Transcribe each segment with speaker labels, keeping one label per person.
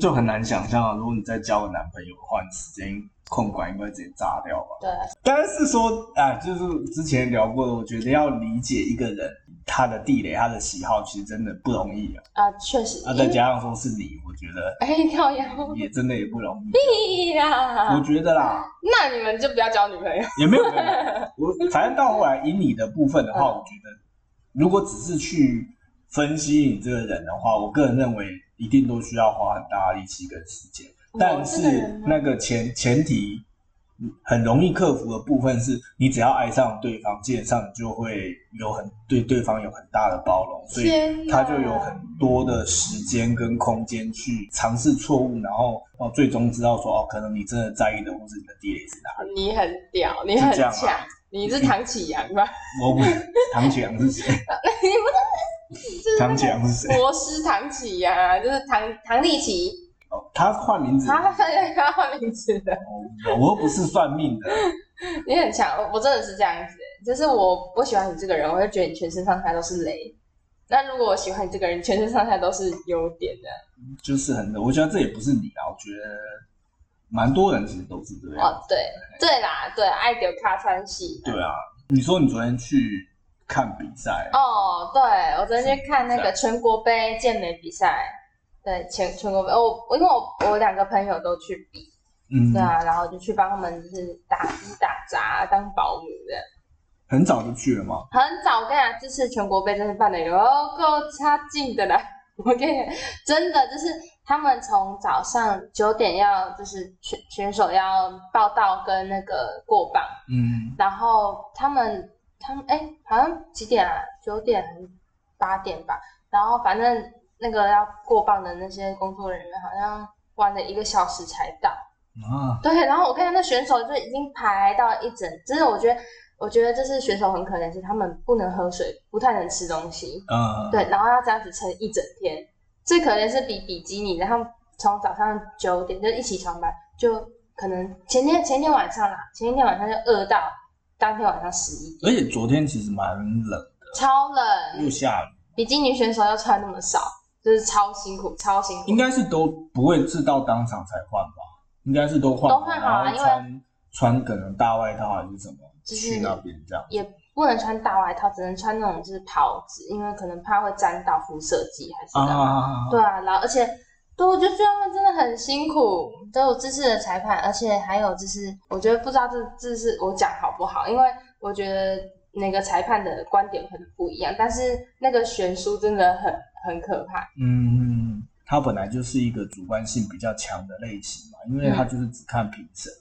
Speaker 1: 就很难想象，啊如果你再交个男朋友的话，你时间控管应该直接炸掉吧？
Speaker 2: 对，
Speaker 1: 但是说啊，就是之前聊过的，我觉得要理解一个人他的地雷、他的喜好，其实真的不容易啊。
Speaker 2: 啊，确实。
Speaker 1: 啊，再加上说是你，我觉得
Speaker 2: 哎，跳腰
Speaker 1: 也真的也不容易。啊
Speaker 2: 屁呀
Speaker 1: 我！觉得啦，
Speaker 2: 那你们就不要交女朋友。
Speaker 1: 也没有没有，没有我反正到后来以你的部分的话，
Speaker 2: 嗯
Speaker 1: 我觉得如果只是去分析你这个人的话，我个人认为一定都需要花很大的力气跟时间。但
Speaker 2: 我这个
Speaker 1: 是
Speaker 2: 人呢
Speaker 1: 那个前前提嗯很容易克服的部分是，你只要爱上对方，基本上你就会有很对对方有很大的包容，所以
Speaker 2: 天哪
Speaker 1: 他就有很多的时间跟空间去尝试错误，然后哦最终知道说哦，可能你真的在意的或是你的地雷是哪
Speaker 2: 你很屌，你很
Speaker 1: 是这样啊
Speaker 2: 强
Speaker 1: 吗，
Speaker 2: 你是唐启阳 吧？
Speaker 1: 我不唐启阳是 谁？唐启阳是谁？
Speaker 2: 国师唐启阳啊，就是唐唐立奇，
Speaker 1: 哦，他换名字，
Speaker 2: 他他换名字的。
Speaker 1: 哦我又不是算命的，
Speaker 2: 你很强，我我真的是这样子，就是我我喜欢你这个人，我就觉得你全身上下都是雷。那如果我喜欢你这个人，全身上下都是优点的，
Speaker 1: 就是很，我觉得这也不是你啊，我觉得蛮多人其实都是这样。
Speaker 2: 哦，对对啦，对，爱丢卡川戏。
Speaker 1: 啊对啊，你说你昨天去看比赛，
Speaker 2: 哦，对，我昨天去看那个全国杯健美比赛，对，全全国杯，哦我我因为我我两个朋友都去比，
Speaker 1: 嗯，
Speaker 2: 对啊，然后就去帮他们就是打鸡打杂当保姆的。
Speaker 1: 很早就去了吗？
Speaker 2: 很早，我跟你讲，这次全国杯真是办的有够差劲的啦！我跟你讲，真的就是他们从早上九点要就是选选手要报到跟那个过磅，
Speaker 1: 嗯，
Speaker 2: 然后他们他们哎、好像几点啊？九点还是八点吧？然后反正那个要过磅的那些工作人员好像晚了一个小时才到。
Speaker 1: 啊，
Speaker 2: 对，然后我看那选手就已经排到一整，就是我觉得，我觉得这是选手很可怜，是他们不能喝水，不太能吃东西，
Speaker 1: 呃，
Speaker 2: 对，然后要这样子撑一整天。最可怜是比比基尼的，他们从早上九点就一起床吧，就可能前天前天晚上啦，前一天晚上就饿到当天晚上十一点，
Speaker 1: 而且昨天其实蛮冷，
Speaker 2: 超
Speaker 1: 又
Speaker 2: 冷，
Speaker 1: 下雨，
Speaker 2: 比基尼选手要穿那么少，就是超辛苦，超辛苦。
Speaker 1: 应该是都不会是到当场才换吧，应该是都换
Speaker 2: 都
Speaker 1: 好，
Speaker 2: 换好啊
Speaker 1: 然后穿穿可能大外套还是什么
Speaker 2: 就是
Speaker 1: 去那边这样。
Speaker 2: 也不能穿大外套，只能穿那种就是袍子，因为可能怕会沾到辐射剂还是什么。
Speaker 1: 啊，
Speaker 2: 对啊，然后而且对，我就觉得他们真的很辛苦，都有自制的裁判，而且还有就是，我觉得不知道这这是我讲好不好，因为我觉得每个裁判的观点可能不一样，但是那个悬殊真的很很可怕。
Speaker 1: 嗯，他本来就是一个主观性比较强的类型嘛，因为
Speaker 2: 嗯
Speaker 1: 他就是只看评审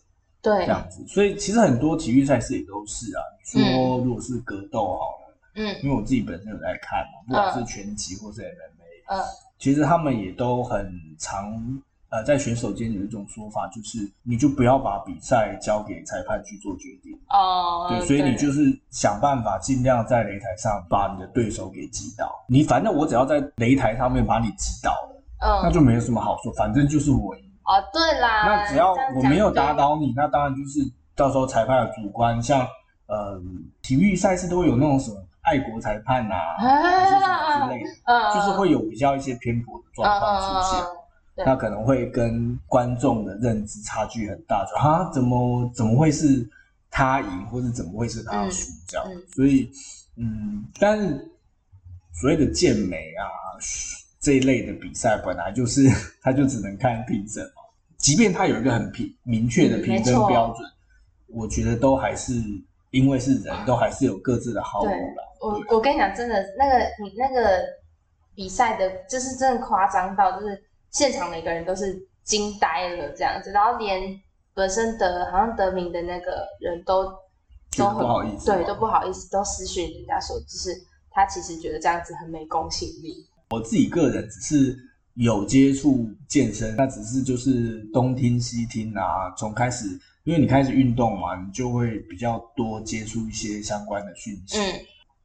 Speaker 1: 这
Speaker 2: 对，
Speaker 1: 样子，所以其实很多体育赛事也都是啊。你说如果是格斗好了，
Speaker 2: 嗯
Speaker 1: 因为我自己本身有在看嘛，不管是拳击或是 MMA，
Speaker 2: 嗯
Speaker 1: 嗯其实他们也都很常。呃，在选手间有一种说法，就是你就不要把比赛交给裁判去做决定，
Speaker 2: 哦，
Speaker 1: 对，所以你就是想办法尽量在擂台上把你的对手给击倒。你反正我只要在擂台上面把你击倒了，那
Speaker 2: 嗯
Speaker 1: 就没有什么好说，反正就是我赢。
Speaker 2: 哦对啦，
Speaker 1: 那只要
Speaker 2: 这样
Speaker 1: 我
Speaker 2: 讲
Speaker 1: 没有
Speaker 2: 对
Speaker 1: 打倒你，那当然就是到时候裁判的主观，像呃体育赛事都会有那种什么爱国裁判呐、啊，还是什么
Speaker 2: 啊
Speaker 1: 之，类的，
Speaker 2: 嗯
Speaker 1: 就是会有比较一些偏颇的状况出现。
Speaker 2: 嗯嗯嗯对
Speaker 1: 那可能会跟观众的认知差距很大，就啊，怎么怎么会是他赢，或者怎么会是他输这样？
Speaker 2: 嗯嗯
Speaker 1: 所以，嗯，但是所谓的健美啊这一类的比赛，本来就是他就只能看评审嘛，即便他有一个很评明确的
Speaker 2: 嗯
Speaker 1: 评
Speaker 2: 没
Speaker 1: 分
Speaker 2: 错
Speaker 1: 标准，我觉得都还是因为是人都还是有各自的好恶
Speaker 2: 对
Speaker 1: 啦。
Speaker 2: 我我跟你讲，真的，那个你那个比赛的，就是真的夸张到，就是现场每个人都是惊呆了这样子，然后连本身得好像得名的那个人都
Speaker 1: 觉得
Speaker 2: 都很
Speaker 1: 不好意思
Speaker 2: 对，
Speaker 1: 吗
Speaker 2: 都不好意思，都私讯人家说，就是他其实觉得这样子很没公信力。
Speaker 1: 我自己个人只是有接触健身，那只是就是东听西听啊，从开始，因为你开始运动嘛，你就会比较多接触一些相关的讯息。
Speaker 2: 嗯，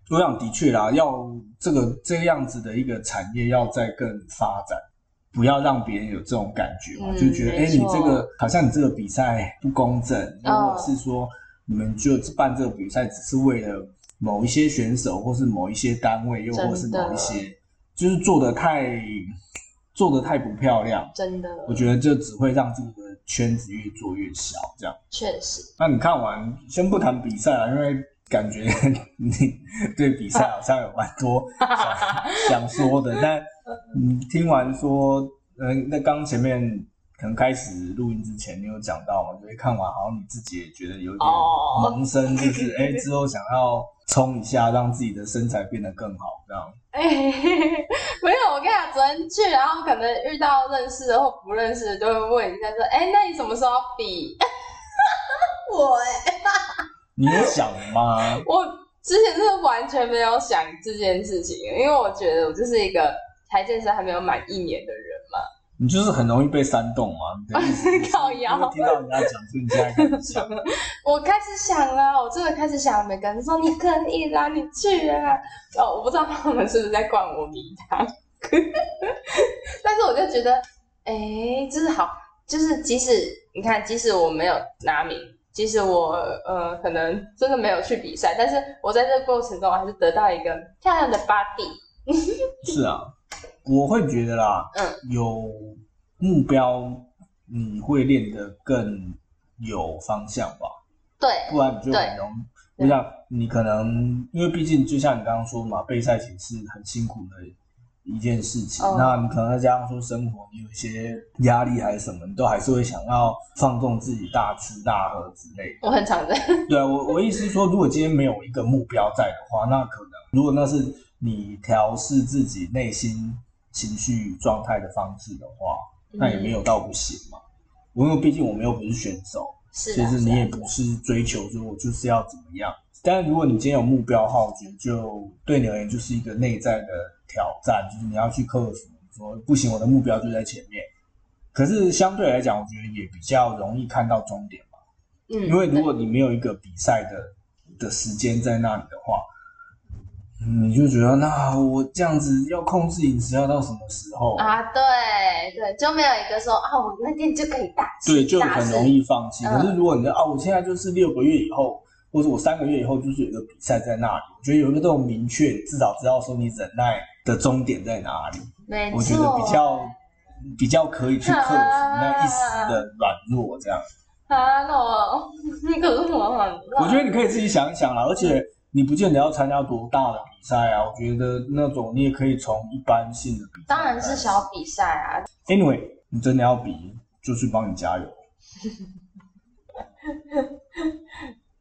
Speaker 1: 我想的确啦，要这个这样子的一个产业要再更发展，不要让别人有这种感觉嘛，
Speaker 2: 嗯
Speaker 1: 就觉得哎、
Speaker 2: 没
Speaker 1: 诶你
Speaker 2: 错
Speaker 1: 这个好像你这个比赛不公正，
Speaker 2: 嗯
Speaker 1: 或者是说你们就办这个比赛只是为了某一些选手，或是某一些单位，又
Speaker 2: 真的
Speaker 1: 或是某一些，就是做的太做的太不漂亮，
Speaker 2: 嗯真的，
Speaker 1: 我觉得这只会让这个圈子越做越小。这样，
Speaker 2: 确实，
Speaker 1: 那你看完，先不谈比赛了，因为感觉 你对比赛好像有蛮多想想说的。但你听完说，嗯，那刚前面可能开始录音之前，你有讲到嘛，就是看完好像你自己也觉得有点
Speaker 2: 哦
Speaker 1: 萌生，就是哎、之后想要冲一下，让自己的身材变得更好这样。
Speaker 2: 哎、没有，我跟你讲，昨天去，然后可能遇到认识的或不认识的，就会问一下说，哎、那你什么时候要比？ 我哎、
Speaker 1: 你有想吗？
Speaker 2: 我之前是完全没有想这件事情，因为我觉得我就是一个才健身还没有满一年的人嘛。
Speaker 1: 你就是很容易被煽动嘛，嗯你的意思是
Speaker 2: 靠腰
Speaker 1: 因为听到人家讲，所以你现在 开始想。
Speaker 2: 我开始想了，我真的开始想，每个人说你可以啦，你去啊。哦，我不知道他们是不是在灌我迷汤， 但是我就觉得，哎、就是好，就是即使你看，即使我没有拿名。即使我呃可能真的没有去比赛，但是我在这个过程中我还是得到一个漂亮的 body，
Speaker 1: 是啊，我会觉得啦，
Speaker 2: 嗯
Speaker 1: 有目标你会练得更有方向吧，
Speaker 2: 对，
Speaker 1: 不然你就很容易。
Speaker 2: 对
Speaker 1: 我想你可能因为毕竟就像你刚刚说嘛，备赛其实是很辛苦的一件事情，
Speaker 2: 嗯
Speaker 1: 那你可能再加上说生活，你有一些压力还是什么，你都还是会想要放纵自己大吃大喝之类的。
Speaker 2: 我很常在
Speaker 1: 对啊，我我意思是说，如果今天没有一个目标在的话，那可能如果那是你调试自己内心情绪状态的方式的话，那
Speaker 2: 嗯
Speaker 1: 也没有到不行嘛。因为毕竟我们又不是选手，
Speaker 2: 是
Speaker 1: 其
Speaker 2: 啊，
Speaker 1: 实你
Speaker 2: 啊
Speaker 1: 也不是追求说我就是要怎么样。但如果你今天有目标的话，我觉得就对你而言就是一个内在的挑战，就是你要去克服。说不行，我的目标就在前面。可是相对来讲，我觉得也比较容易看到终点。
Speaker 2: 嗯，
Speaker 1: 因为如果你没有一个比赛的的时间在那里的话，嗯你就觉得那我这样子要控制饮食要到什么时候？
Speaker 2: 对啊，对对，就没有一个说啊，我那天就可以大吃，
Speaker 1: 对，就
Speaker 2: 大
Speaker 1: 很
Speaker 2: 吃
Speaker 1: 容易放弃。
Speaker 2: 嗯
Speaker 1: 可是如果你啊，我现在就是六个月以后，或者我三个月以后，就是有一个比赛在那里，我觉得有一个这种明确，至少知道说你忍耐的终点在哪里。
Speaker 2: 没错，
Speaker 1: 我觉得比较比较可以去克服那一时的软弱，这样。
Speaker 2: 啊，那我可是我很，
Speaker 1: 我觉得你可以自己想一想啦，而且你不见得要参加多大的比赛啊。我觉得那种你也可以从一般性的比赛，
Speaker 2: 当然是。小比赛啊，
Speaker 1: Anyway，你真的要比，就去帮你加油。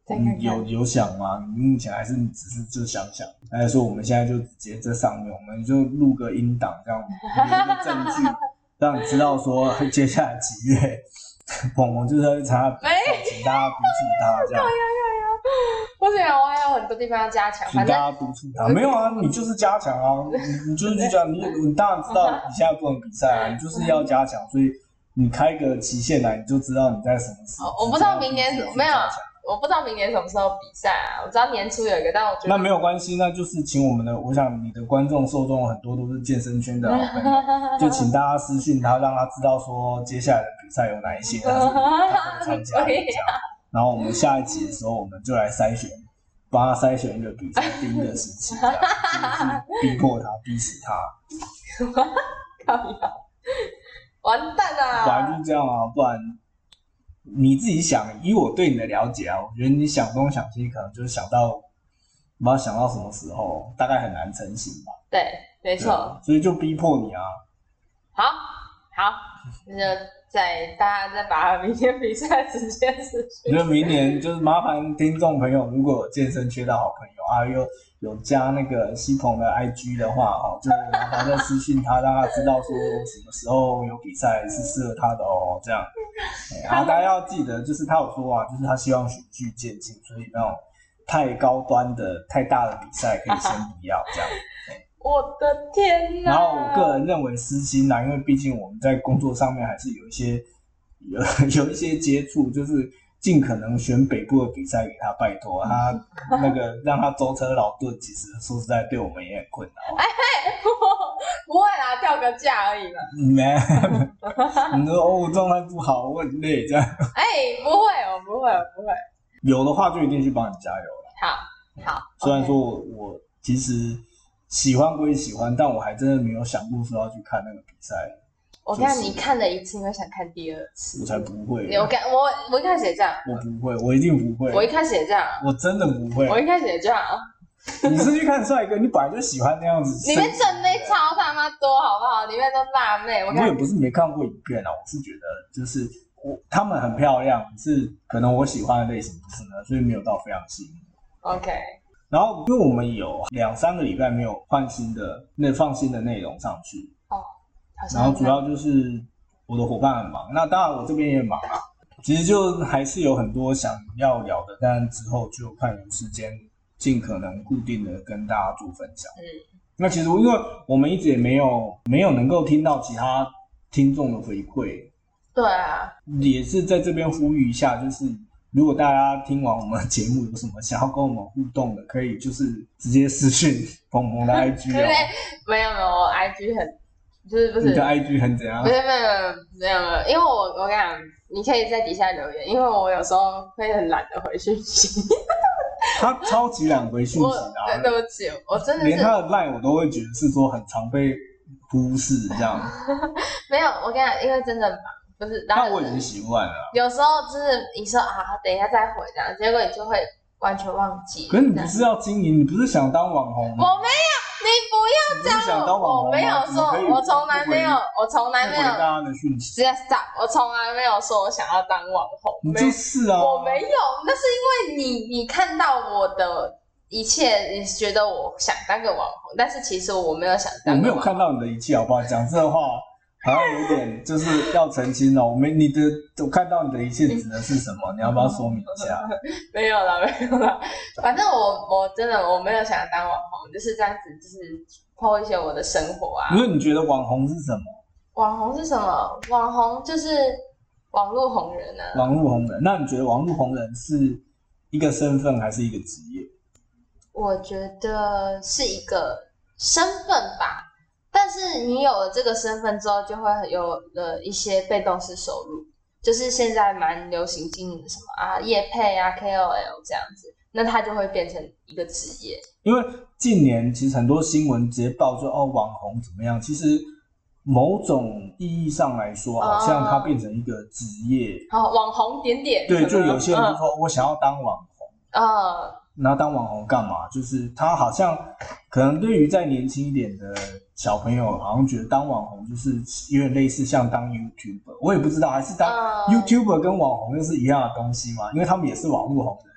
Speaker 2: 再看
Speaker 1: 你有
Speaker 2: 看，
Speaker 1: 有想吗？你目前还是你只是就想想，还是说我们现在就直接在上面，我们就录个音档这样，留个证 据，让你知道说接下来几月 鹏鹏就是要去参加比赛，请大家督促他这样。
Speaker 2: 我觉得我还有很多地方要加强，
Speaker 1: 请
Speaker 2: 反正
Speaker 1: 大家督促他。没有啊，你就是加强啊，你你就是去讲，你你当然知道你现在不能比赛啊，你就是要加强，所以你开个期限来，你就知道你在什么时候。
Speaker 2: 哦我我不知道明年
Speaker 1: 你就知道
Speaker 2: 没有
Speaker 1: 加强
Speaker 2: 我不知道明年什么时候比赛啊，我知道年初有一个，但我觉得
Speaker 1: 那没有关系，那就是请我们的，我想你的观众受众很多都是健身圈的好朋友， 就请大家私讯他，让他知道说接下来的比赛有哪一些他是他可以参加的这样。然后我们下一集的时候，我们就来筛选，帮他筛选一个比赛第一个时期，这样就是逼迫他，逼死他。
Speaker 2: 靠腰完蛋
Speaker 1: 本来
Speaker 2: 啊，
Speaker 1: 就这样啊，不然你自己想，以我对你的了解啊，我觉得你想东想西，可能就是想到不知道想到什么时候，大概很难成型吧。
Speaker 2: 对，没
Speaker 1: 没
Speaker 2: 错，，
Speaker 1: 所以就逼迫你啊。
Speaker 2: 好，好，那就再大家再把明天比赛的时间是
Speaker 1: 我觉得明年就是麻烦听众朋友，如果有健身圈的好朋友啊，又有加那个西鹏的 IG 的话，哦，就麻烦再私信他，让他知道说什么时候有比赛是适合他的哦，这样。哎啊，大家要记得，就是他有说啊，就是他希望循序渐进，所以那种太高端的、太大的比赛可以先不要这样。
Speaker 2: 我的天呐！
Speaker 1: 然后我个
Speaker 2: 啊
Speaker 1: 人认为私心啦，因为毕竟我们在工作上面还是有一些有 有一些接触，就是尽可能选北部的比赛给他拜托啊他那 个让他舟车劳顿，其实说实在对我们也很困 难。
Speaker 2: 不会啦，掉个价而已嘛。
Speaker 1: 没，你说哦，我状态不好，我很累，这样
Speaker 2: 哎、不会，我不会，我不会。
Speaker 1: 有的话就一定去帮你加油了。
Speaker 2: 好，好。
Speaker 1: 虽然
Speaker 2: OK
Speaker 1: 说我我其实喜欢归喜欢，但我还真的没有想过说要去看那个比赛。
Speaker 2: 我
Speaker 1: 就是
Speaker 2: 看你看了一次，你会想看第二次。
Speaker 1: 我才不会，
Speaker 2: 我感我我一开始也这样，
Speaker 1: 我不会，我一定不会，
Speaker 2: 我一开始也这样，
Speaker 1: 我真的不会。
Speaker 2: 我一开始也这样。
Speaker 1: 你是去看帅哥，你本来就喜欢那样子。
Speaker 2: 里面
Speaker 1: 身
Speaker 2: 正妹超他妈多，好不好？里面都辣妹，我
Speaker 1: 我
Speaker 2: 看
Speaker 1: 也不是没看过影片啊，我是觉得就是我他们很漂亮，是可能我喜欢的类型不是呢，所以没有到非常吸引我。
Speaker 2: OK。
Speaker 1: 然后因为我们有两三个礼拜没有换新的那放新的内容上去，
Speaker 2: 好像
Speaker 1: 然后主要就是我的伙伴很忙，那当然我这边也忙啊。其实就还是有很多想要聊的，但之后就看有时间，尽可能固定的跟大家做分享。嗯，那其实因为我们一直也没有没有能够听到其他听众的回馈，
Speaker 2: 对啊，
Speaker 1: 也是在这边呼吁一下，就是如果大家听完我们节目有什么想要跟我们互动的，可以就是直接私讯 鹏鹏的 IG
Speaker 2: 因
Speaker 1: 哦
Speaker 2: 为，没有没有，我 IG 很就是不是
Speaker 1: 你的 IG 很怎样
Speaker 2: 没？有没有没有没有，因为我我跟你讲，你可以在底下留言，因为我有时候会很懒得回讯息。
Speaker 1: 他超级懒回讯息
Speaker 2: 我
Speaker 1: 啊，
Speaker 2: 对不起，我真的
Speaker 1: 连
Speaker 2: 是
Speaker 1: 他的 line 我都会觉得是说很常被忽视这样，
Speaker 2: 没有。我跟你讲，因为真的忙，不是，然
Speaker 1: 但
Speaker 2: 后
Speaker 1: 我已经习惯了。
Speaker 2: 有时候就是你说啊，等一下再回这样，结果你就会完全忘记。
Speaker 1: 可是你
Speaker 2: 这
Speaker 1: 不
Speaker 2: 样
Speaker 1: 是要经营，你不是想当网红吗？
Speaker 2: 我没有，
Speaker 1: 你
Speaker 2: 你不
Speaker 1: 不是想当
Speaker 2: 要，
Speaker 1: 网红吗
Speaker 2: 我没有
Speaker 1: 怎么可以
Speaker 2: 说，我从来没有
Speaker 1: 不回，
Speaker 2: 我从来没
Speaker 1: 不回
Speaker 2: 有，
Speaker 1: 大家的讯息，
Speaker 2: 直接 stop，我从来没有说我想要当网红，
Speaker 1: 你
Speaker 2: 没有
Speaker 1: 就是啊，
Speaker 2: 我没有，那是因为你你看到我的一切，你觉得我想当个网红，但是其实我没有想
Speaker 1: 我
Speaker 2: 当
Speaker 1: 没
Speaker 2: 个
Speaker 1: 有
Speaker 2: 网红。
Speaker 1: 看到你的一切，好不好？讲这话好像有点就是要澄清哦。我没你的，我看到你的一切指的是什么？你要不要说明一下？
Speaker 2: 没有啦，没有啦， 反正我我真的我没有想当网红，就是这样子，就是 po 一些我的生活啊。
Speaker 1: 因为你觉得网红是什么？
Speaker 2: 网红是什么？网红就是网络红人啊。
Speaker 1: 网络红人？那你觉得网络红人是一个身份还是一个职业？
Speaker 2: 我觉得是一个身份吧，但是你有了这个身份之后，就会有了一些被动式收入，就是现在蛮流行经营的什么啊，业配啊、KOL 这样子，那它就会变成一个职业。
Speaker 1: 因为近年其实很多新闻直接报说哦网红怎么样，其实某种意义上来说，
Speaker 2: 哦
Speaker 1: 好像它变成一个职业。
Speaker 2: 然后网红点点什
Speaker 1: 对，
Speaker 2: 么，
Speaker 1: 就有些人就
Speaker 2: 嗯
Speaker 1: 说我想要当网红。
Speaker 2: 呃，
Speaker 1: 那当网红干嘛？就是他好像可能对于再年轻一点的小朋友，好像觉得当网红就是有点类似像当 YouTuber，我也不知道，还是当
Speaker 2: 嗯
Speaker 1: YouTuber 跟网红又是一样的东西吗？因为他们也是网络红人。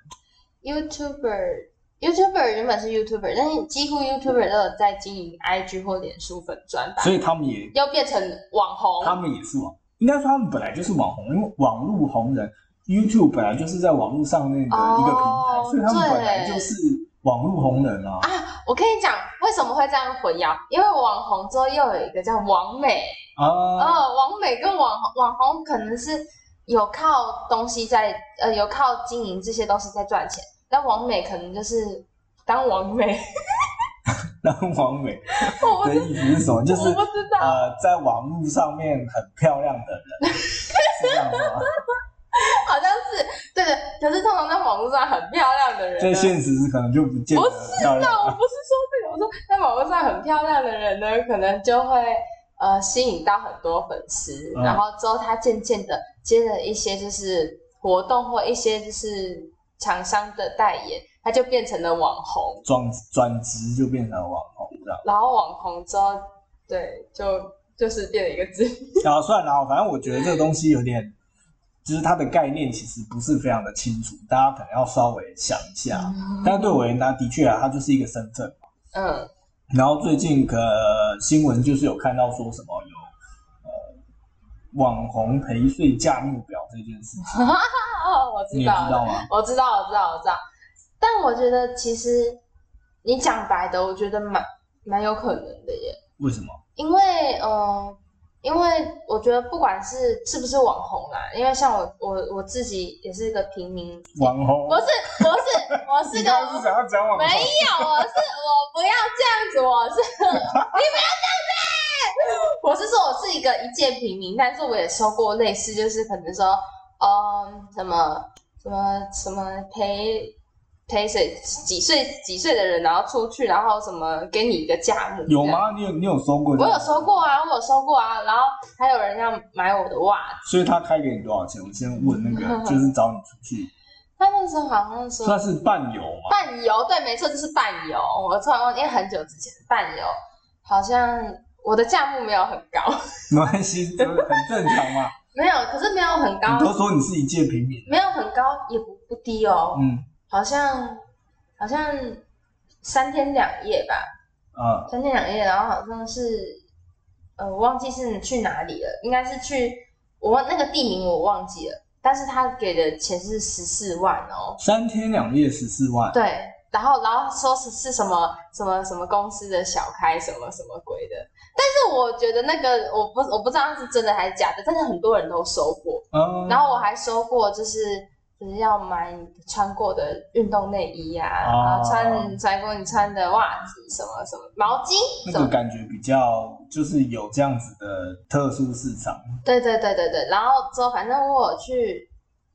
Speaker 2: YouTuber。YouTuber 原本是 YouTuber，但是几乎 YouTuber 都有在经营 IG 或脸书粉专吧，
Speaker 1: 所以他们也
Speaker 2: 又变成网红。
Speaker 1: 他们也是网，应该说他们本来就是网红，因为网络红人 YouTube 本来就是在网络上面的一个平台，
Speaker 2: 哦
Speaker 1: 所以他们
Speaker 2: 对
Speaker 1: 本来就是网络红人啊。
Speaker 2: 我跟你讲，为什么会这样混淆？因为网红之后又有一个叫网美，
Speaker 1: 啊，
Speaker 2: 呃，网美跟网红网红可能是有靠东西在，呃，有靠经营这些东西在赚钱，但网美可能就是当 网美，
Speaker 1: 当网美
Speaker 2: 我不
Speaker 1: 的
Speaker 2: 知
Speaker 1: 意思是什么？就是
Speaker 2: 我不知道，
Speaker 1: 呃，在网络上面很漂亮的人，是这样子 吗？
Speaker 2: 好像是对的。可是通常在网络上很漂亮的人
Speaker 1: 在
Speaker 2: 呢，
Speaker 1: 现实是可能就不见得
Speaker 2: 不
Speaker 1: 很漂亮
Speaker 2: 那我
Speaker 1: 啊。
Speaker 2: 不是说这个，我说在网络上很漂亮的人呢，可能就会呃吸引到很多粉丝，
Speaker 1: 嗯
Speaker 2: 然后之后他渐渐的接了一些就是活动或一些就是厂商的代言，他就变成了网红，
Speaker 1: 转转职就变成网红这样。
Speaker 2: 然后网红之后，对，就就是变了一个字，
Speaker 1: 啊，算了啊，反正我觉得这个东西有点，就是它的概念其实不是非常的清楚，大家可能要稍微想一下。但对我而言，它的确啊，它就是一个身份。
Speaker 2: 嗯，
Speaker 1: 然后最近可呃新闻就是有看到说什么有呃网红陪睡价目表这件事情，
Speaker 2: 哦，我
Speaker 1: 你
Speaker 2: 知
Speaker 1: 也
Speaker 2: 道
Speaker 1: 知
Speaker 2: 了。
Speaker 1: 道 吗？
Speaker 2: 我知道，我知道，我知道。但我觉得其实你讲白的，我觉得蛮蛮有可能的耶。
Speaker 1: 为什么？
Speaker 2: 因为呃，因为我觉得不管是是不是网红啦，因为像我我我自己也是一个平民，
Speaker 1: 网红
Speaker 2: 不是 不是我是
Speaker 1: 你
Speaker 2: 个
Speaker 1: 刚刚是想要讲网
Speaker 2: 没
Speaker 1: 红？
Speaker 2: 有，我是我不要这样子，我是你不要这样 子，我是说我是一个一介平民，但是我也收过类呃似，就是可能说，嗯，什么什么什么陪陪谁几岁几岁的人，然后出去，然后什么给你一个价目，
Speaker 1: 有？吗？你有你有收过？
Speaker 2: 我有，收过啊，我有收过啊，然后还有人要买我的袜子，
Speaker 1: 所以他开给你多少钱？我先问那个，就是找你出去，
Speaker 2: 他那时候好像说
Speaker 1: 算是伴游嘛？
Speaker 2: 伴游，对，没错，就是伴游。我突然忘记，因为很久之前伴游，好像我的价目没有很高，
Speaker 1: 没关系，这很正常嘛。
Speaker 2: 没有，可是没有很
Speaker 1: 你，
Speaker 2: 高
Speaker 1: 都说你是一介平民，
Speaker 2: 没有很高，也不不低哦，
Speaker 1: 嗯
Speaker 2: 好像好像三天两夜吧，
Speaker 1: 啊，
Speaker 2: 三天两夜，然后好像是呃，我忘记是去哪里了，应该是去我忘那个地名我忘记了，但是他给的钱是十四万哦，
Speaker 1: 三天两夜十四万，
Speaker 2: 对，然后然后说是是什么什么什么公司的小开什么什么鬼的，但是我觉得那个我不我不知道是真的还是假的，但是很多人都收过，
Speaker 1: 嗯，
Speaker 2: 然后我还收过，就是就是要买你穿过的运动内衣呀、
Speaker 1: 哦
Speaker 2: 然后穿穿过你穿的袜子什么什么毛巾
Speaker 1: 那
Speaker 2: 什么
Speaker 1: 个，感觉比较就是有这样子的特殊市场，
Speaker 2: 对对对对对。然后之后反正我有去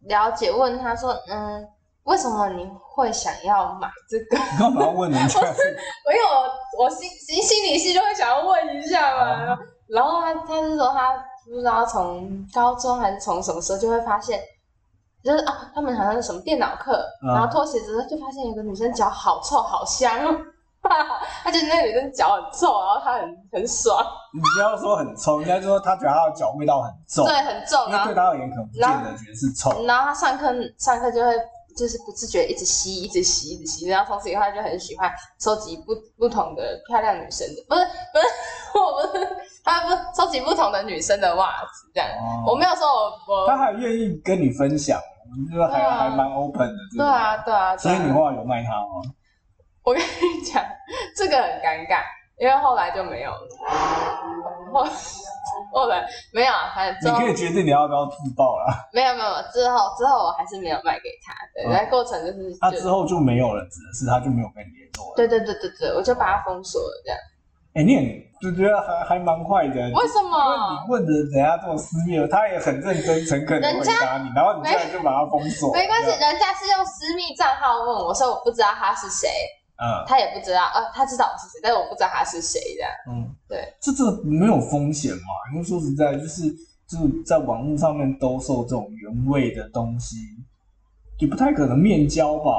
Speaker 2: 了解，问他说，嗯，为什么你会想要买这个？
Speaker 1: 你干嘛要问人家？
Speaker 2: 因为我我心心心理系就会想要问一下嘛。然后他他是说他不知道从高中还是从什么时候就会发现，就是啊，他们好像是什么电脑课，
Speaker 1: 嗯
Speaker 2: 然后脱鞋子的时候就发现有个女生脚好臭好香 哦，他觉得那个女生脚很臭，然后他很很爽，
Speaker 1: 你不要说很臭，应该说他觉得他的脚味道很重，
Speaker 2: 对，很重，
Speaker 1: 因为
Speaker 2: 然
Speaker 1: 对
Speaker 2: 后
Speaker 1: 他而言可能不见得觉得是臭，
Speaker 2: 然后他上课上课就会。就是不自觉一直吸，一直吸，一直吸，然后从此以后他就很喜欢收集不不同的漂亮女生的，不是不是，我不是，他不收集不同的女生的袜子这样。我
Speaker 1: 哦，
Speaker 2: 没有说我我
Speaker 1: 他还愿意跟你分享，就是还、
Speaker 2: 对啊
Speaker 1: 还蛮 open 的，这
Speaker 2: 对
Speaker 1: 个
Speaker 2: 啊，对啊，
Speaker 1: 所
Speaker 2: 对
Speaker 1: 以你
Speaker 2: 啊。
Speaker 1: 后来有卖他哦吗？
Speaker 2: 我跟你讲，这个很尴尬，因为后来就没有了。后后来没有，啊反
Speaker 1: 你
Speaker 2: 正
Speaker 1: 可以决定你要不要自爆啦。
Speaker 2: 没有没有之后之后我还是没有卖给他的，
Speaker 1: 嗯
Speaker 2: 那、过程就是
Speaker 1: 他、之
Speaker 2: 就
Speaker 1: 后就没有了，指的是他就没有跟你联络了。
Speaker 2: 对对对对对，我就把它封锁了这样。
Speaker 1: 哎、你很就觉得还还蛮快的，
Speaker 2: 为什
Speaker 1: 因为
Speaker 2: 么？
Speaker 1: 你问的人家这么私密，他也很认真诚恳的回答你，然后你
Speaker 2: 没
Speaker 1: 居然就把他封锁，
Speaker 2: 没关系，
Speaker 1: 这样，
Speaker 2: 人家是用私密账号问我，说我不知道他是谁，
Speaker 1: 嗯
Speaker 2: 他也不知道，呃，他知道我是谁，但是我不知道他是谁这样。
Speaker 1: 嗯，
Speaker 2: 对，
Speaker 1: 这这没有风险嘛？因为说实在，就是就是在网络上面兜售这种原味的东西，也不太可能面交吧？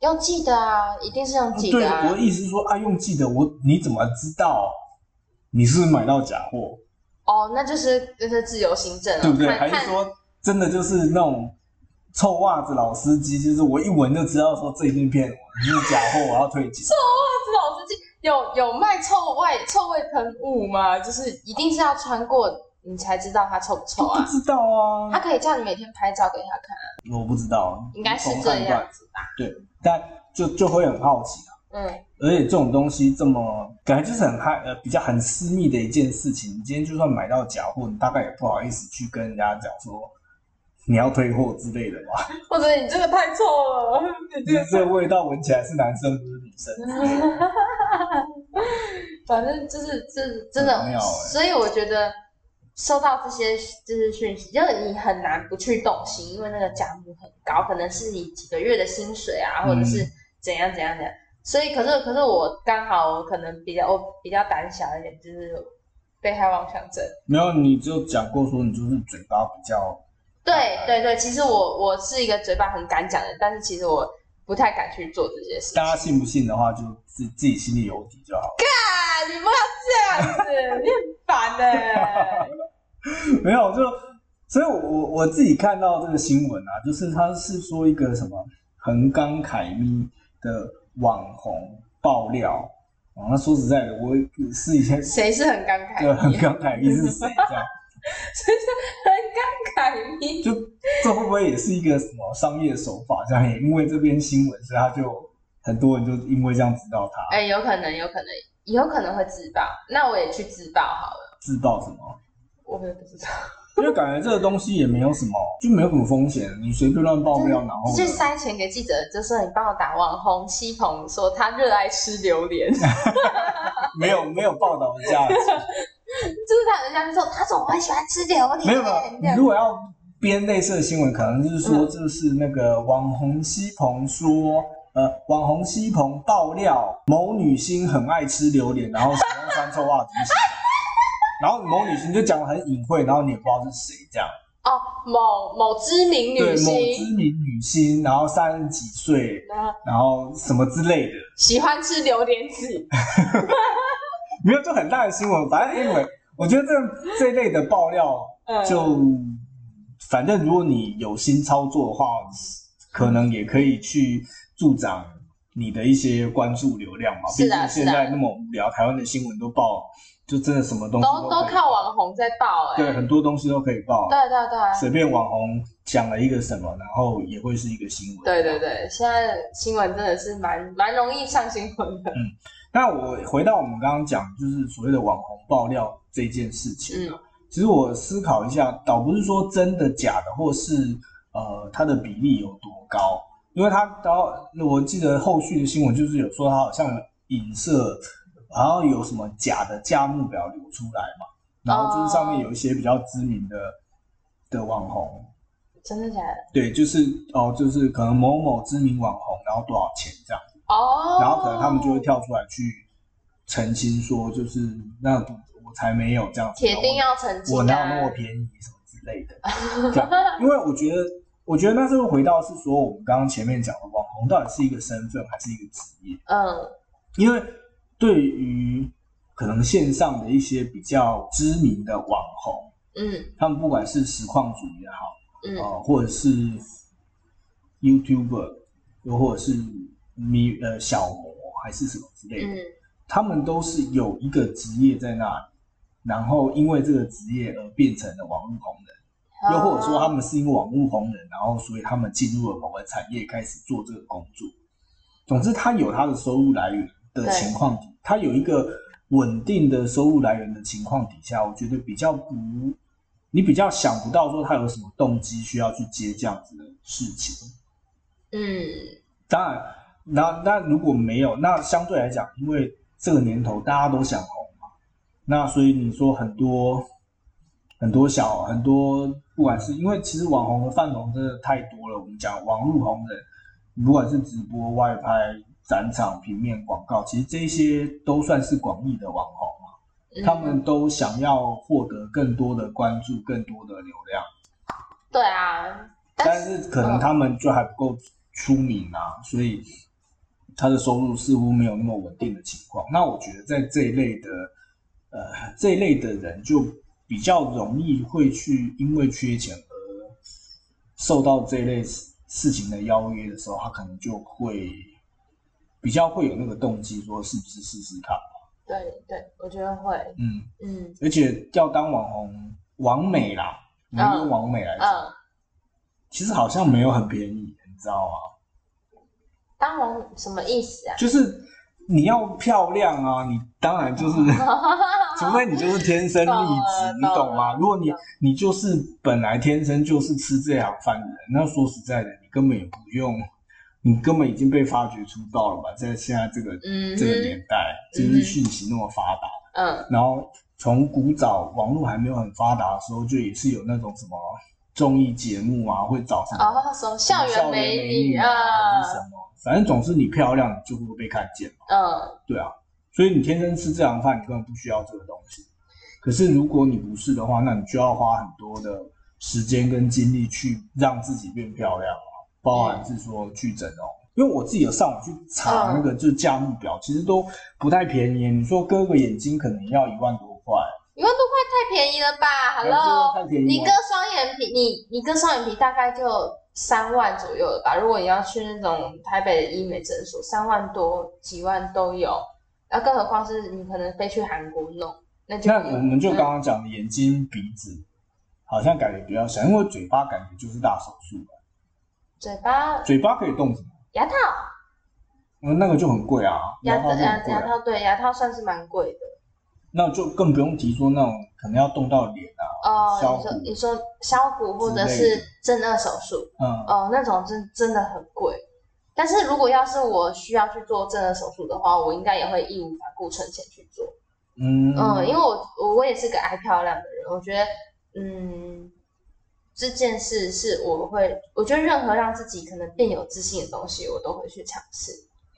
Speaker 2: 用记得啊，一定是用记
Speaker 1: 对，
Speaker 2: 得啊。
Speaker 1: 我的意思是说，啊，用记得我你怎么知道你是不是买到假货，
Speaker 2: 哦，那就是就是自由行政了，啊
Speaker 1: 对不对？
Speaker 2: 看
Speaker 1: 还是
Speaker 2: 看
Speaker 1: 说真的就是那种臭袜子老司机，就是我一闻就知道说这一定骗我，你是假货，我要退钱。
Speaker 2: 这种事情有有卖臭味臭味喷雾吗？就是一定是要穿过你才知道它臭不臭
Speaker 1: 我
Speaker 2: 啊
Speaker 1: 不。知道
Speaker 2: 他
Speaker 1: 啊，
Speaker 2: 可以叫你每天拍照给他看，
Speaker 1: 我不知道，啊
Speaker 2: 应该是
Speaker 1: 无从
Speaker 2: 这
Speaker 1: 判断
Speaker 2: 样，子吧？
Speaker 1: 但就就会很好奇啊。
Speaker 2: 嗯，
Speaker 1: 而且这种东西这么感觉就是很害呃比较很私密的一件事情，你今天就算买到假货，你大概也不好意思去跟人家讲说你要退货之类的吧。
Speaker 2: 或者你这个太臭了，你这
Speaker 1: 这
Speaker 2: 个
Speaker 1: 这味道闻起来是男生不是女生，
Speaker 2: 反正就是这真
Speaker 1: 很
Speaker 2: 的
Speaker 1: 妙，欸
Speaker 2: 所以我觉得收到这些就是讯息，就是你很难不去动心，因为那个价目很高，可能是你几个月的薪水啊，
Speaker 1: 嗯
Speaker 2: 或者是怎样怎样怎样。所以，可是可是我刚好我可能比较我比较胆小一点，就是被害妄想症。
Speaker 1: 没有你就讲过说你就是嘴巴比较，
Speaker 2: 对
Speaker 1: 嗯
Speaker 2: 对对，其实我我是一个嘴巴很敢讲的人，但是其实我不太敢去做这些事情。
Speaker 1: 大家信不信的话就自自己心里有底就好。
Speaker 2: 啊，你不要这样子，你很烦的、
Speaker 1: 没有，就所以我，我我自己看到这个新闻啊，就是他是说一个什么横纲凯咪的网红爆料啊，那说实在的，我是以前
Speaker 2: 谁是很感慨？
Speaker 1: 这个横纲凯咪是谁这样，
Speaker 2: 很感慨你
Speaker 1: 就这会不会也是一个什么商业手法？这样也因为这篇新闻，所以他就很多人就因为这样知道他
Speaker 2: 哎、有可能，有可能，有可能会自爆。那我也去自爆好了，
Speaker 1: 自爆什么。
Speaker 2: 我也不知道。
Speaker 1: 因为感觉这个东西也没有什么，就没有什么风险，你随便乱爆料，然后呢
Speaker 2: 去塞钱给记者，就说你帮我打网红西鹏，说他热爱吃榴莲， 就
Speaker 1: 没有没有报道的价值。
Speaker 2: 是他人家就说他说我很喜欢吃榴 莲，
Speaker 1: 没有没 有，
Speaker 2: 这
Speaker 1: 你
Speaker 2: 样
Speaker 1: 如果要编类似的新闻，可能就是说，
Speaker 2: 嗯
Speaker 1: 就是那个网红西鹏说呃，网红西鹏爆料某女星很爱吃榴莲，然后喜欢穿臭袜子 不行。然后某女星就讲的很隐晦，然后你也不知道是谁这样。
Speaker 2: 哦，某某知名
Speaker 1: 对
Speaker 2: 女，
Speaker 1: 某知
Speaker 2: 星，
Speaker 1: 名女星，然后三十几岁，
Speaker 2: 然后
Speaker 1: 然后什么之类的，
Speaker 2: 喜欢吃榴 莲籽，
Speaker 1: 没有就很大的新闻。反正因为我觉得这这一类的爆料
Speaker 2: 嗯，
Speaker 1: 就，反正如果你有心操作的话，可能也可以去助长你的一些关注流量嘛。
Speaker 2: 是啊
Speaker 1: 毕竟现
Speaker 2: 是啊
Speaker 1: 在那么无聊，台湾的新闻都报，就真的什么东西
Speaker 2: 都
Speaker 1: 都
Speaker 2: 都
Speaker 1: 可以
Speaker 2: 靠网红在爆哎、
Speaker 1: 对，很多东西都可以报。
Speaker 2: 对对对。
Speaker 1: 随便网红讲了一个什么，然后也会是一个新闻。
Speaker 2: 对对。对，现在新闻真的是蛮蛮容易上新闻的。
Speaker 1: 那我回到我们刚刚讲，就是所谓的网红爆料这件事情。
Speaker 2: 嗯，
Speaker 1: 其实我思考一下，倒不是说真的假的，或是呃它的比例有多高，因为它到我记得后续的新闻就是有说它好像有影射，然后有什么假的价目表流出来嘛，然后就是上面有一些比较知名的的网红，
Speaker 2: 真的假的？
Speaker 1: 对，就是哦、就是可能某某知名网红，然后多少钱这样，
Speaker 2: 哦，
Speaker 1: 然后可能他们就会跳出来去澄清说，就是那不我才没有这样子，
Speaker 2: 铁定要澄清、啊。
Speaker 1: 我哪有那么便宜什么之类的。 这样因为我觉得，我觉得那时候回到是说，我们刚刚前面讲的网红到底是一个身份还是一个职业？
Speaker 2: 嗯
Speaker 1: 因为对于可能线上的一些比较知名的网红，
Speaker 2: 嗯
Speaker 1: 他们不管是实况主也好，
Speaker 2: 嗯
Speaker 1: 呃，或者是 YouTuber，又或者是迷呃小模还是什么之类的，
Speaker 2: 嗯，
Speaker 1: 他们都是有一个职业在那里，然后因为这个职业而变成了网络红人。哦又或
Speaker 2: 哦
Speaker 1: 者说他们是因为网络红人，然后所以他们进入了某个产业开始做这个工作。总之，他有他的收入来源的
Speaker 2: 对
Speaker 1: 情况底，他有一个稳定的收入来源的情况底下，我觉得比较不，你比较想不到说他有什么动机需要去接这样子的事情。
Speaker 2: 嗯
Speaker 1: 当然，那那如果没有，那相对来讲，因为这个年头大家都想红嘛，那所以你说很多很多小很多，不管是因为其实网红和饭红真的太多了，我们讲网络红人，不管是直播、外拍、展场、平面广告，其实这些都算是广义的网红嘛，
Speaker 2: 嗯，
Speaker 1: 他们都想要获得更多的关注、更多的流量。
Speaker 2: 对啊，
Speaker 1: 但是可能他们就还不够出名啊，所以他的收入似乎没有那么稳定的情况。那我觉得在这一类的，呃，这一类的人就比较容易会去因为缺钱而受到这一类事事情的邀约的时候，他可能就会比较会有那个动机，说是不是试试看？
Speaker 2: 对对，我觉得会，
Speaker 1: 嗯，
Speaker 2: 嗯
Speaker 1: 而且要当网红，网美啦，我们用网美来讲，
Speaker 2: 嗯，
Speaker 1: 其实好像没有很便宜，你知道吗？
Speaker 2: 当然什么意思啊？
Speaker 1: 就是你要漂亮啊，你当然就是， 除非你就是天生丽质，你懂吗？如果你你就是本来天生就是吃这行饭的人，那说实在的，你根本也不用，你根本已经被发掘出道了吧？在现在这个
Speaker 2: 嗯
Speaker 1: 这个
Speaker 2: 哼
Speaker 1: 年代，就
Speaker 2: 嗯哼
Speaker 1: 是讯息那么发达，
Speaker 2: 嗯
Speaker 1: 然后从古早网络还没有很发达的时候，就也是有那种什么综艺节目啊，会找什么
Speaker 2: 哦，什么校园美女
Speaker 1: 啊，
Speaker 2: 啊
Speaker 1: 还是，什么，反正总是你漂亮，你就会被看见嘛。
Speaker 2: 嗯
Speaker 1: 对啊，所以你天生吃这行饭，你根本不需要这个东西。可是如果你不是的话，那你就要花很多的时间跟精力去让自己变漂亮啊，包含是说去整容。因为我自己有上网去查那个就是价目表，其实都不太便宜。你说割个眼睛可能要一万多块，
Speaker 2: 一万多块太便宜了吧
Speaker 1: 哎
Speaker 2: ？Hello，
Speaker 1: 真的太便宜
Speaker 2: 你
Speaker 1: 了
Speaker 2: 割双眼皮，你你割双眼皮大概就三万左右了吧？如果你要去那种台北的医美诊所，三万多、几万都有，然后更何况是你可能飞去韩国弄，那就
Speaker 1: 那我们就刚刚讲的眼睛、鼻子，好像感觉比较小，因为嘴巴感觉就是大手术了，
Speaker 2: 嘴巴、
Speaker 1: 嘴巴可以动什么？
Speaker 2: 牙套、
Speaker 1: 嗯那个就很贵啊，
Speaker 2: 牙
Speaker 1: 牙套就
Speaker 2: 牙
Speaker 1: 很贵、
Speaker 2: 牙
Speaker 1: 啊，
Speaker 2: 套，对，牙套算是蛮贵的。
Speaker 1: 那就更不用提说那种可能要动到脸啊。削
Speaker 2: 哦，你说
Speaker 1: 骨
Speaker 2: 你说削骨或
Speaker 1: 之
Speaker 2: 者
Speaker 1: 类
Speaker 2: 是
Speaker 1: 的
Speaker 2: 正颚手术，
Speaker 1: 嗯，
Speaker 2: 哦，那种真真的很贵。但是如果要是我需要去做正颌手术的话，我应该也会义无反顾存钱去做。
Speaker 1: 嗯
Speaker 2: 哦嗯，因为我我我也是个爱漂亮的人，我觉得嗯，这件事是我会，我觉得任何让自己可能变有自信的东西，我都会去尝试。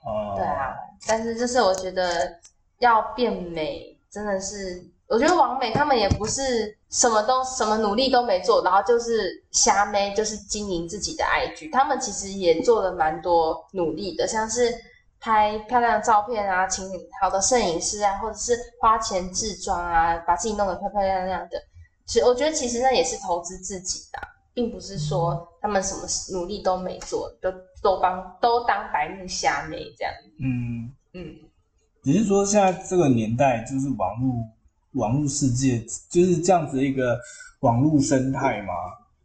Speaker 1: 哦、
Speaker 2: 对啊，但是就是我觉得要变美，真的是，我觉得王美他们也不是什么都什么努力都没做，然后就是瞎妹就是经营自己的 IG，他们其实也做了蛮多努力的，像是拍漂亮的照片啊，请好的摄影师啊，或者是花钱制装啊，把自己弄得漂漂亮亮的。其实我觉得其实那也是投资自己的啊、并不是说他们什么努力都没做，都都帮都当白目瞎妹这样。
Speaker 1: 嗯，
Speaker 2: 嗯，
Speaker 1: 只是说现在这个年代，就是网络网络世界就是这样子一个网络生态嘛，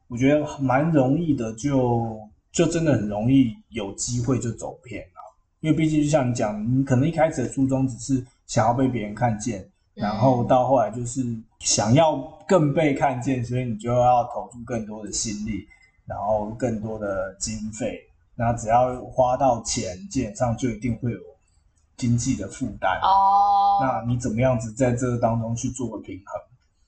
Speaker 1: 我觉得蛮容易的就，就真的很容易有机会就走偏了、因为毕竟就像你讲，你可能一开始的初衷只是想要被别人看见，然
Speaker 2: 嗯
Speaker 1: 后到后来就是想要更被看见，所以你就要投入更多的心力，然后更多的经费，那只要花到钱，基本上就一定会有经济的负担。
Speaker 2: 哦，
Speaker 1: 那你怎么样子在这当中去做个平衡？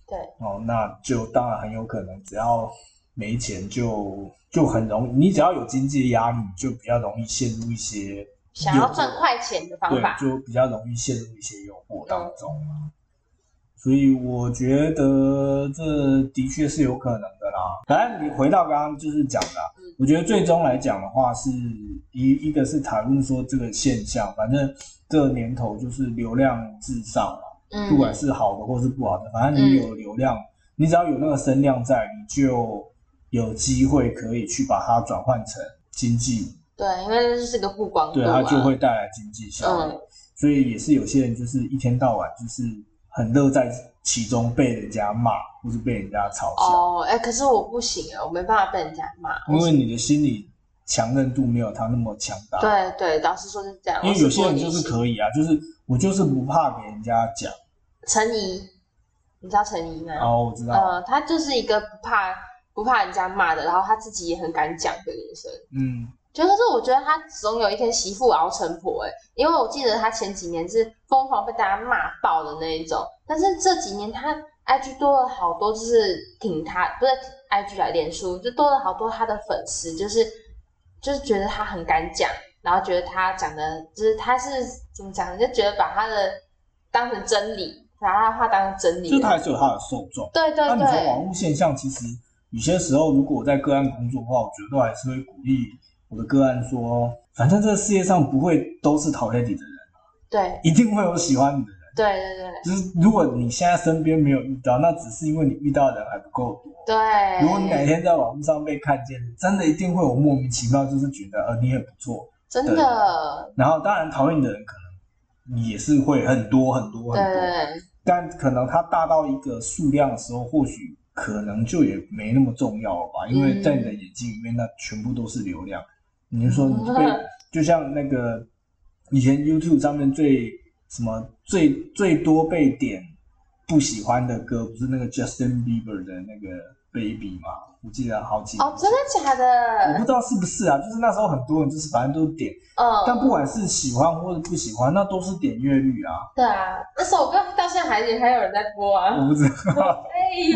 Speaker 2: 对，
Speaker 1: 哦，那就当然很有可能，只要没钱就就很容易，你只要有经济压力，就比较容易陷入一些
Speaker 2: 想要赚快钱的方
Speaker 1: 对，
Speaker 2: 法，
Speaker 1: 就比较容易陷入一些诱惑当中嘛。所以我觉得这的确是有可能的啦。反正你回到刚刚就是讲的啊
Speaker 2: 嗯，
Speaker 1: 我觉得最终来讲的话是，一一个是谈论说这个现象，反正这个年头就是流量至上嘛。
Speaker 2: 嗯，
Speaker 1: 不管是好的或是不好的，反正你有流量，你只要有那个声量在，你就有机会可以去把它转换成经济，
Speaker 2: 对，因为这就是个曝光度、
Speaker 1: 对
Speaker 2: 啊，
Speaker 1: 它就会带来经济效益。
Speaker 2: 嗯
Speaker 1: 所以也是有些人就是一天到晚就是很乐在其中，被人家骂或是被人家嘲笑，
Speaker 2: 哦，哎、可是我不行啊，我没办法被人家骂，
Speaker 1: 因为你的心理强韧度没有他那么强大。
Speaker 2: 对对，老实说是这样，
Speaker 1: 因为有些人就
Speaker 2: 我
Speaker 1: 是
Speaker 2: 玻璃心
Speaker 1: 可以啊，就是我就是不怕给人家讲。
Speaker 2: 陈怡，你知道陈怡吗？
Speaker 1: 哦，我知道，
Speaker 2: 呃，她就是一个不怕不怕人家骂的，然后她自己也很敢讲的女生。
Speaker 1: 嗯，
Speaker 2: 就是我觉得她总有一天媳妇熬成婆哎、欸，因为我记得她前几年是疯狂被大家骂爆的那一种，但是这几年她 IG 多了好多，就是挺她不是 IG 来脸书，就多了好多她的粉丝，就是就是觉得她很敢讲，然后觉得她讲的，就是她是怎么讲，就觉得把她的当成真理，把她的话当成真
Speaker 1: 就
Speaker 2: 理
Speaker 1: 他
Speaker 2: 了，
Speaker 1: 还是有他的受众。
Speaker 2: 对对
Speaker 1: 那你说网
Speaker 2: 对，
Speaker 1: 络现象，其实有些时候，如果我在个案工作的话，我觉得还是会鼓励我的个案说，反正这个世界上不会都是讨厌你的人，
Speaker 2: 对
Speaker 1: 一定会有喜欢你的人。
Speaker 2: 对对对
Speaker 1: 就是如果你现在身边没有遇到，那只是因为你遇到的人还不够多。
Speaker 2: 对，
Speaker 1: 如果你哪天在网络上被看见，真的一定会有莫名其妙，就是觉得呃你很不错。
Speaker 2: 真的，
Speaker 1: 然后当然讨厌你的人可能也是会很多很多
Speaker 2: 对
Speaker 1: 很
Speaker 2: 对
Speaker 1: 多，
Speaker 2: 对。
Speaker 1: 但可能它大到一个数量的时候，或许可能就也没那么重要了
Speaker 2: 嗯
Speaker 1: 吧，因为在你的眼睛里面，那全部都是流量。你就说你
Speaker 2: 嗯
Speaker 1: 被，就像那个以前 YouTube 上面最什么最最多被点不喜欢的歌，不是那个 Justin Bieber 的那个 Baby 吗？我记得好几
Speaker 2: 哦，真的假
Speaker 1: 我不
Speaker 2: 的？
Speaker 1: 知道是不是啊，就是那时候很多人就是反正都点，
Speaker 2: 嗯，
Speaker 1: 但不管是喜欢或者不喜欢，那都是点阅率啊。
Speaker 2: 对啊，那首歌到现在还还有人在播啊。
Speaker 1: 我不知道，
Speaker 2: 哎，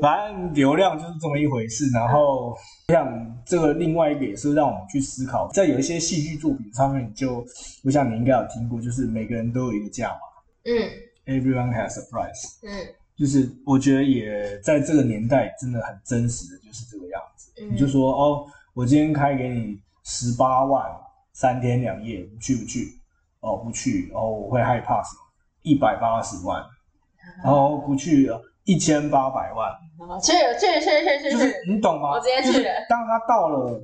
Speaker 1: 反正流量就是这么一回事。然后像这个另外一个也是让我们去思考，在有一些戏剧作品上面，你就我想你应该有听过，就是每个人都有一个价嘛
Speaker 2: 嗯
Speaker 1: ，everyone has a price。
Speaker 2: 嗯
Speaker 1: 就是我觉得也在这个年代真的很真实的就是这个样子。
Speaker 2: 嗯，
Speaker 1: 你就说哦，我今天开给你十八万，三天两夜，你去不去？哦，不去，哦，我会害怕什么？一百八十
Speaker 2: 啊
Speaker 1: 万，哦，不去，一千八百万。
Speaker 2: 哦去去去去
Speaker 1: 就
Speaker 2: 去
Speaker 1: 是
Speaker 2: 去，
Speaker 1: 你懂吗？
Speaker 2: 我直接去
Speaker 1: 就
Speaker 2: 了
Speaker 1: 是 当他到了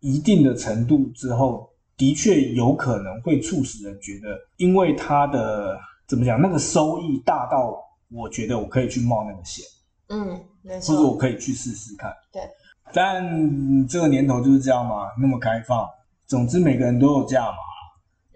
Speaker 1: 一定的程度之后，的确有可能会促使人觉得，因为他的怎么讲，那个收益大到我觉得我可以去冒那个险，
Speaker 2: 嗯，没
Speaker 1: 或者
Speaker 2: 错，
Speaker 1: 我可以去试试看。
Speaker 2: 对。
Speaker 1: 但这个年头就是这样嘛，那么开放。总之，每个人都有价嘛。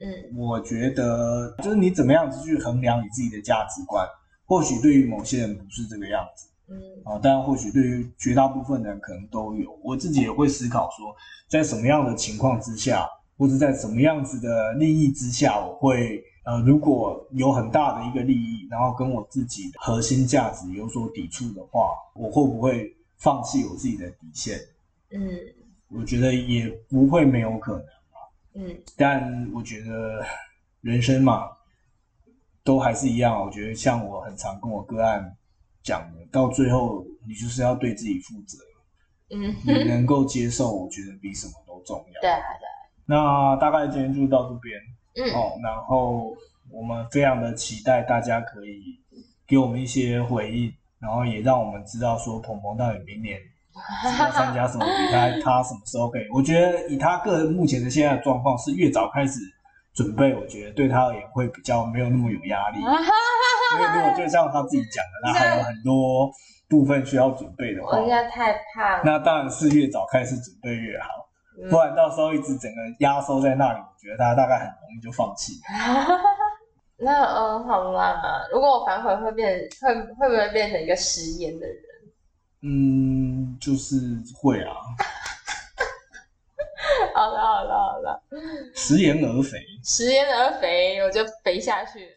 Speaker 2: 嗯
Speaker 1: 我觉得就是你怎么样子去衡量你自己的价值观，或许对于某些人不是这个样子。
Speaker 2: 嗯
Speaker 1: 啊，但或许对于绝大部分人可能都有。我自己也会思考说，在什么样的情况之下，或者在什么样子的利益之下，我会呃，如果有很大的一个利益，然后跟我自己的核心价值有所抵触的话，我会不会放弃我自己的底线，
Speaker 2: 嗯
Speaker 1: 我觉得也不会没有可能。
Speaker 2: 嗯
Speaker 1: 但我觉得人生嘛，都还是一样。啊我觉得像我很常跟我个案讲的，到最后你就是要对自己负责，
Speaker 2: 嗯，
Speaker 1: 你能够接受，我觉得比什么都重要。
Speaker 2: 对啊对啊，
Speaker 1: 那大概今天就到这边
Speaker 2: 嗯，
Speaker 1: 哦，然后我们非常的期待大家可以给我们一些回应，然后也让我们知道说鹏鹏到底明年要参加什么比赛，他什么时候可以？ 我觉得以他个人目前的现在的状况，是越早开始准备，我觉得对他而言会比较没有那么有压 力。因为如果就像他自己讲的，他还有很多部分需要准备的话
Speaker 2: 我，现在太胖了，
Speaker 1: 那当然是越早开始准备越好。
Speaker 2: 嗯
Speaker 1: 不然到时候一直整个压缩在那里，我觉得他大概很容易就放弃。
Speaker 2: 那嗯好啦，如果我反悔会变会会不会变成一个食言的人？
Speaker 1: 嗯，就是会啊，
Speaker 2: 好了好了好了，
Speaker 1: 食言而肥。
Speaker 2: 食言而肥，我就肥下去了。